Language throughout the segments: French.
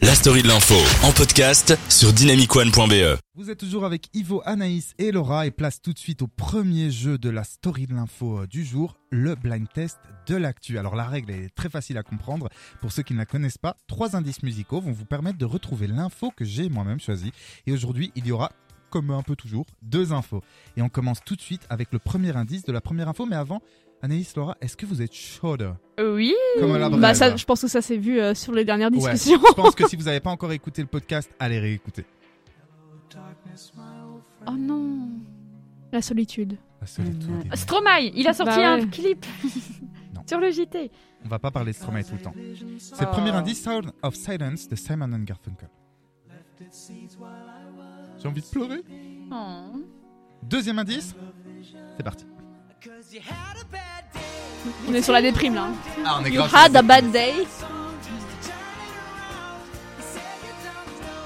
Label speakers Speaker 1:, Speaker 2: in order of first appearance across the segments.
Speaker 1: La story de l'info en podcast sur dynamicone.be.
Speaker 2: Vous êtes toujours avec Ivo, Anaïs et Laura et place tout de suite au premier jeu de la story de l'info euh, du jour, le blind test de l'actu. Alors la règle est très facile à comprendre. Pour ceux qui ne la connaissent pas, trois indices musicaux vont vous permettre de retrouver l'info que j'ai moi-même choisie. Et aujourd'hui, il y aura, comme un peu toujours, deux infos. Et on commence tout de suite avec le premier indice de la première info. Mais avant, Anaïs, Laura, est-ce que vous êtes chaude
Speaker 3: Oui.
Speaker 2: Comme à la
Speaker 3: Bah
Speaker 2: brève.
Speaker 3: ça, je pense que ça s'est vu euh, sur les dernières
Speaker 2: Ouais.
Speaker 3: discussions.
Speaker 2: Je pense que si vous n'avez pas encore écouté le podcast, allez réécouter.
Speaker 3: Oh non. La solitude.
Speaker 2: La solitude est bonne.
Speaker 4: Euh, Stromae, il a sorti
Speaker 3: Bah ouais.
Speaker 4: un clip
Speaker 2: Non.
Speaker 4: sur le JT.
Speaker 2: On va pas parler de Stromae tout le temps. C'est le
Speaker 4: Oh.
Speaker 2: premier indice, Sound of Silence de Simon and Garfunkel. J'ai envie de pleurer.
Speaker 4: Oh.
Speaker 2: Ah, Deuxième indice, c'est parti.
Speaker 3: On est sur la déprime là.
Speaker 2: Ah, on est
Speaker 3: You had a bad day.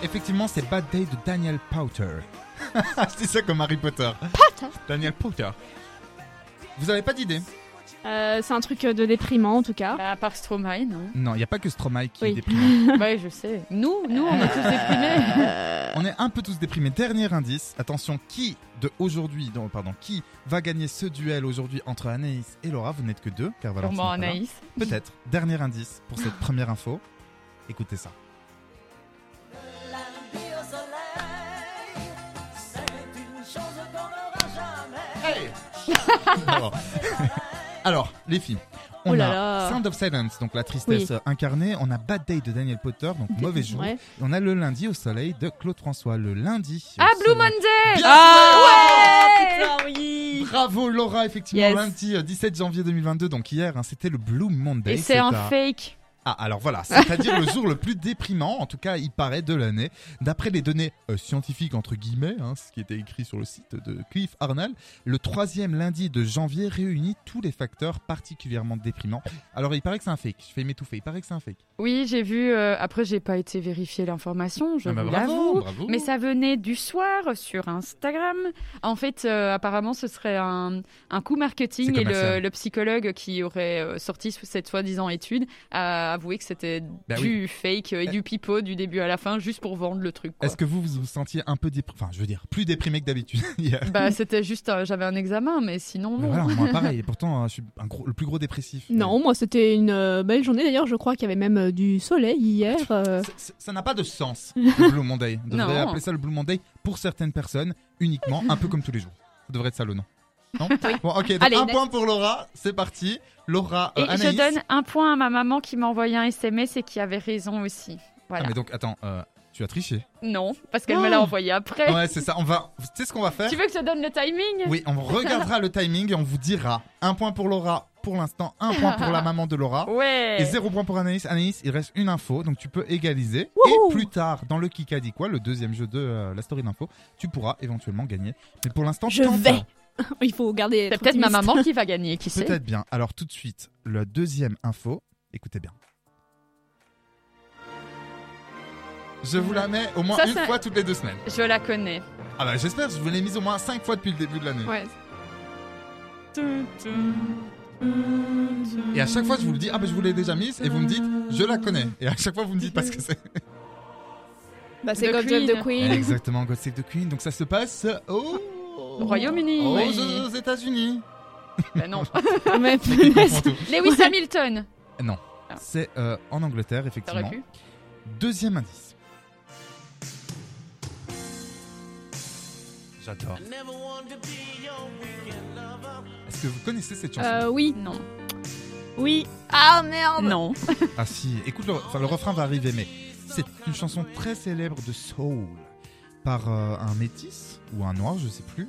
Speaker 2: Effectivement, c'est Bad Day de Daniel Powter. je dis ça comme Harry Potter. Daniel Powter. Vous avez pas d'idée
Speaker 3: Euh, c'est un truc euh, de déprimant en tout cas.
Speaker 4: Bah, à part Stromae, non
Speaker 2: Non, il n'y a pas que Stromae qui est
Speaker 4: Oui.
Speaker 2: déprimé.
Speaker 4: Bah, je sais. Nous, nous, on est tous déprimés.
Speaker 2: On est un peu tous déprimés. Dernier indice, attention, qui de aujourd'hui, non, pardon, qui va gagner ce duel aujourd'hui entre Anaïs et Laura Vous n'êtes que deux, car Valentine
Speaker 4: Sûrement
Speaker 2: n'est pas là.
Speaker 4: Anaïs.
Speaker 2: Peut-être. Dernier indice pour cette première info. Écoutez ça. Alors, alors, les filles, on
Speaker 3: Oh là
Speaker 2: a
Speaker 3: là.
Speaker 2: Sound of Silence, donc la tristesse euh, incarnée, on a Bad Day de Daniel Potter, donc mauvais jour,
Speaker 3: Ouais.
Speaker 2: et on a Le Lundi au Soleil de Claude François. Le lundi. au
Speaker 4: Ah, Blue
Speaker 2: soleil.
Speaker 4: Monday
Speaker 2: Bien
Speaker 4: Ah, ouais oui
Speaker 2: Bravo Laura, effectivement,
Speaker 4: Yes.
Speaker 2: lundi euh, 17 janvier 2022, donc hier, hein, c'était le Blue Monday.
Speaker 4: Et c'est un
Speaker 2: un-
Speaker 4: fake.
Speaker 2: Ah, alors voilà, c'est-à-dire le jour le plus déprimant, en tout cas, il paraît, de l'année. D'après les données euh, scientifiques, entre guillemets, hein, ce qui était écrit sur le site de Cliff Arnall, le troisième lundi de janvier réunit tous les facteurs particulièrement déprimants. Alors, il paraît que c'est un fake. Je vais m'étouffer. Il paraît que c'est un fake.
Speaker 4: Oui, j'ai vu. euh, après, j'ai pas été vérifier l'information, je
Speaker 2: Ah bah
Speaker 4: vous
Speaker 2: bravo,
Speaker 4: l'avoue.
Speaker 2: bravo.
Speaker 4: Mais ça venait du soir sur Instagram. En fait, euh, apparemment, ce serait un, un coup marketing
Speaker 2: C'est
Speaker 4: et le,
Speaker 2: commercial.
Speaker 4: le psycologue qui aurait euh, sorti sous cette soi-disant étude a avoué que c'était
Speaker 2: Bah
Speaker 4: du fake euh, et
Speaker 2: Eh.
Speaker 4: du pipeau du début à la fin juste pour vendre le truc. quoi.
Speaker 2: Est-ce que vous vous vous sentiez un peu déprimé Enfin, je veux dire, plus déprimé que d'habitude hier.
Speaker 4: Bah, c'était juste, un- j'avais un examen, mais sinon,
Speaker 2: Mais
Speaker 4: non.
Speaker 2: Bah Voilà, moi pareil. Et pourtant, hein, je suis un gros- le plus gros dépressif.
Speaker 3: Non, moi c'était une euh, belle journée d'ailleurs. Je crois qu'il y avait même euh, du soleil hier. euh.
Speaker 2: Ça- ça- Ça n'a pas de sens, le Blue Monday. On devrait
Speaker 4: Non.
Speaker 2: appeler ça le Blue Monday pour certaines personnes, uniquement, un peu comme tous les jours. Ça devrait être ça le nom. Non Bon, ok, donc
Speaker 3: Allez,
Speaker 2: un
Speaker 3: next.
Speaker 2: point pour Laura, c'est parti. Laura,
Speaker 4: Et
Speaker 2: euh, Anaïs.
Speaker 4: je donne un point à ma maman qui m'a envoyé un SMS et qui avait raison aussi.
Speaker 2: Ah,
Speaker 4: Voilà.
Speaker 2: mais donc, attends, euh, tu as triché.
Speaker 4: Non, parce qu'elle
Speaker 3: Oh.
Speaker 4: me l'a envoyé après.
Speaker 2: Ouais, c'est ça, on va. Tu sais ce qu'on va faire
Speaker 4: Tu veux que je te donne le timing
Speaker 2: Oui, on regardera le timing et on vous dira. Un point pour Laura pour l'instant, un point pour la maman de Laura.
Speaker 4: Ouais.
Speaker 2: Et
Speaker 3: Eh.
Speaker 2: zéro point pour Anaïs. Anaïs, il reste une info, donc tu peux égaliser.
Speaker 3: Wouhou
Speaker 2: Et plus tard, dans le Kika dit quoi, le deuxième jeu de euh, la story d'info, tu pourras éventuellement gagner. Mais pour l'instant,
Speaker 3: Je
Speaker 2: tente.
Speaker 3: vais. Il faut garder.
Speaker 4: C'est
Speaker 3: être
Speaker 4: peut-être ma
Speaker 3: optimiste.
Speaker 4: maman qui va gagner, qui sait.
Speaker 2: Peut-être bien. Alors tout de suite, le deuxième info. Écoutez bien. Je vous la mets au moins
Speaker 4: Ça,
Speaker 2: une
Speaker 4: ça-
Speaker 2: fois toutes les deux semaines.
Speaker 4: Je la connais.
Speaker 2: Ah bah j'espère, je vous l'ai mise au moins cinq fois depuis le début de l'année.
Speaker 3: Ouais.
Speaker 2: Et à chaque fois, je vous le dis, ah bah je vous l'ai déjà mise, et vous me dites, je la connais. Et à chaque fois, vous me dites parce que c'est...
Speaker 3: Bah c'est
Speaker 4: The
Speaker 3: God Save
Speaker 4: Queen.
Speaker 3: the Queen.
Speaker 2: Exactement, God Save the Queen. Donc ça se passe au...
Speaker 4: Au Royaume-Uni.
Speaker 2: Aux,
Speaker 4: Oui.
Speaker 2: aux États-Unis.
Speaker 4: Bah non.
Speaker 3: Mais
Speaker 2: Qui
Speaker 3: punaise.
Speaker 2: comprend tout.
Speaker 4: Lewis Hamilton.
Speaker 2: Non,
Speaker 4: Ah.
Speaker 2: c'est euh, en Angleterre, effectivement.
Speaker 4: T'aurais pu.
Speaker 2: Deuxième indice. J'adore. Est-ce que vous connaissez cette chanson
Speaker 3: Euh, oui.
Speaker 4: Non.
Speaker 3: Oui. Ah merde.
Speaker 4: Non.
Speaker 2: Ah si, écoute, le, enfin, le refrain va arriver, mais c'est une chanson très célèbre de soul par euh, un métis ou un noir, je sais plus,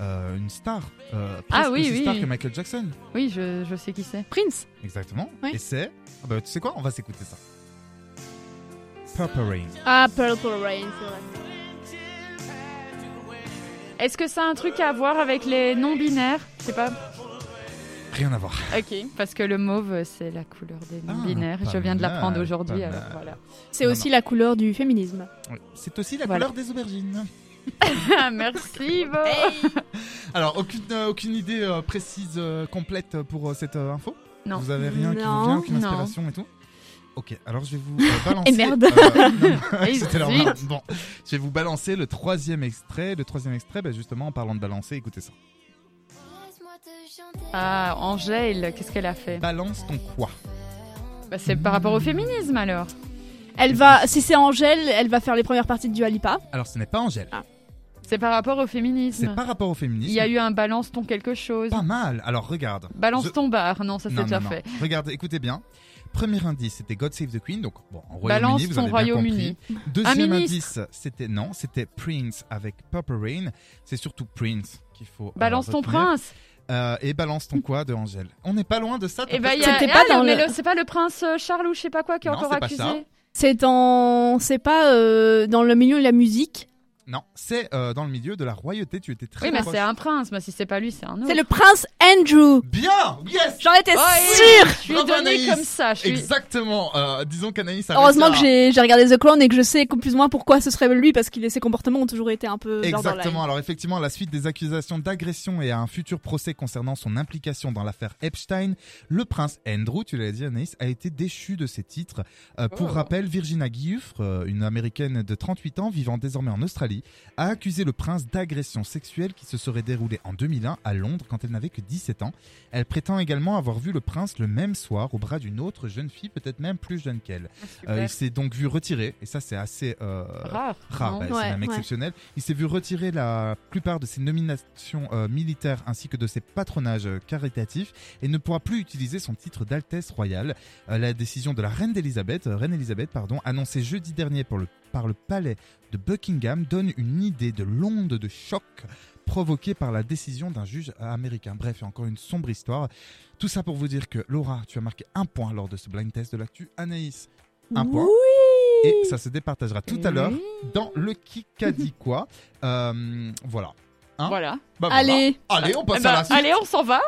Speaker 2: Euh, une star, euh, presque
Speaker 4: Ah oui,
Speaker 2: aussi
Speaker 4: oui.
Speaker 2: star que Michael Jackson,
Speaker 4: Oui, je, je sais qui c'est.
Speaker 3: Prince.
Speaker 2: exactement.
Speaker 3: Oui.
Speaker 2: Et c'est, ah bah, tu sais quoi, on va s'écouter ça. Purple Rain.
Speaker 3: Ah Purple Rain. c'est vrai.
Speaker 4: Est-ce que ça a un truc à voir avec les non-binaires Je sais pas.
Speaker 2: Rien à voir.
Speaker 4: Ok. Parce que le mauve, c'est la couleur des non-binaires.
Speaker 2: Ah, pas
Speaker 4: je viens de
Speaker 2: mal,
Speaker 4: l'apprendre aujourd'hui.
Speaker 2: pas
Speaker 4: alors
Speaker 2: mal.
Speaker 4: Voilà.
Speaker 3: C'est
Speaker 2: Non,
Speaker 3: aussi la couleur du féminisme.
Speaker 2: Oui. C'est aussi la
Speaker 4: Voilà.
Speaker 2: couleur des aubergines.
Speaker 4: Ah, Merci, Bo.
Speaker 2: Alors, aucune, euh, aucune idée euh, précise, euh, complète euh, pour euh, cette euh, info
Speaker 4: Non.
Speaker 2: Vous avez rien qui vous
Speaker 3: Non,
Speaker 2: vient, aucune
Speaker 4: non.
Speaker 2: inspiration et tout Ok, alors je vais vous euh, balancer.
Speaker 3: Et merde.
Speaker 2: euh, non, non,
Speaker 4: Et
Speaker 2: C'était leur
Speaker 4: zut.
Speaker 2: marque. Bon, je vais vous balancer le troisième extrait. Le troisième extrait, bah, justement, en parlant de balancer, écoutez ça.
Speaker 4: Ah, Angèle, qu'est-ce qu'elle a fait
Speaker 2: Balance ton quoi
Speaker 4: bah, C'est par rapport au féminisme alors.
Speaker 3: Elle va, si c'est Angèle, elle va faire les premières parties de Dualipa.
Speaker 2: Alors, ce n'est pas Angèle.
Speaker 4: C'est par rapport au féminisme.
Speaker 2: C'est par rapport au féminisme.
Speaker 4: Il y a eu un balance ton quelque chose.
Speaker 2: Pas mal. Alors, regarde.
Speaker 4: Balance
Speaker 2: Je-
Speaker 4: ton bar, non, ça c'est
Speaker 2: Non,
Speaker 4: déjà
Speaker 2: non, non.
Speaker 4: fait.
Speaker 2: Regarde, écoutez bien. Premier indice, c'était God Save the Queen, donc bon, en
Speaker 4: Balance
Speaker 2: Royaume-Uni, vous
Speaker 4: ton
Speaker 2: avez bien
Speaker 4: Royaume-Uni.
Speaker 2: compris. Deuxième
Speaker 4: Un
Speaker 2: indice, c'était non, c'était Prince avec Purple Rain. C'est surtout Prince qu'il faut. euh,
Speaker 4: Balance ton
Speaker 2: retenir.
Speaker 4: prince.
Speaker 2: Euh, et balance ton quoi de Angèle. On n'est pas loin de ça.
Speaker 4: Et bah, il y a...
Speaker 3: C'était pas
Speaker 4: Ah,
Speaker 3: dans
Speaker 4: mais
Speaker 3: le-
Speaker 4: le- c'est pas le prince euh, Charles ou je sais pas quoi qui est
Speaker 2: Non,
Speaker 4: encore
Speaker 2: c'est pas
Speaker 4: accusé.
Speaker 2: ça.
Speaker 3: C'est en, c'est pas euh, dans le milieu de la musique.
Speaker 2: Non, c'est euh, dans le milieu de la royauté. Tu étais très.
Speaker 4: Oui, mais
Speaker 2: proche.
Speaker 4: c'est un prince. Mais si c'est pas lui, c'est un autre.
Speaker 3: C'est le prince Andrew.
Speaker 2: Bien, yes.
Speaker 3: J'en étais
Speaker 4: Oh, et-
Speaker 3: sûre.
Speaker 4: Je suis
Speaker 2: Bravo,
Speaker 4: donnée
Speaker 2: Anaïs.
Speaker 4: comme ça. Je suis...
Speaker 2: Exactement. Euh, disons qu'Anaïs. a
Speaker 3: Heureusement que
Speaker 2: réussi à-
Speaker 3: j'ai j'ai regardé The Clown et que je sais plus ou moins pourquoi ce serait lui parce qu'il ses comportements ont toujours été un peu borderline.
Speaker 2: Exactement. Alors effectivement, à la suite des accusations d'agression et à un futur procès concernant son implication dans l'affaire Epstein, le prince Andrew, tu l'as dit Anaïs, a été déchu de ses titres. Euh, pour
Speaker 4: Oh.
Speaker 2: rappel, Virginia Giuffre, euh, une américaine de 38 ans vivant désormais en Australie, a accusé le prince d'agression sexuelle qui se serait déroulée en 2001 à Londres quand elle n'avait que 17 ans. Elle prétend également avoir vu le prince le même soir au bras d'une autre jeune fille, peut-être même plus jeune qu'elle.
Speaker 4: Ah,
Speaker 2: Euh, il s'est donc vu retirer, et ça c'est assez euh,
Speaker 4: Rare.
Speaker 2: rare,
Speaker 4: non
Speaker 2: bah,
Speaker 3: Ouais,
Speaker 2: c'est même
Speaker 3: ouais.
Speaker 2: exceptionnel. Il s'est vu retirer la plupart de ses nominations euh, militaires ainsi que de ses patronages euh, caritatifs et ne pourra plus utiliser son titre d'altesse royale. Euh, la décision de la reine d'Elisabeth, euh, reine Elisabeth, pardon, annoncée jeudi dernier pour le- par le palais de Buckingham, donne une idée de l'onde de choc provoquée par la décision d'un juge américain. Bref, encore une sombre histoire. Tout ça pour vous dire que Laura, tu as marqué un point lors de ce blind test de l'actu. Anaïs, un point. Ah,
Speaker 3: Oui. Eh
Speaker 2: et ça se départagera tout à
Speaker 4: Oui.
Speaker 2: l'heure dans le qui qu'a dit quoi. Euh, voilà. Hein
Speaker 4: Voilà.
Speaker 2: Bah, voilà.
Speaker 3: Allez.
Speaker 2: Allez, on passe
Speaker 4: Eh ben,
Speaker 2: à la suite.
Speaker 4: allez, on s'en va.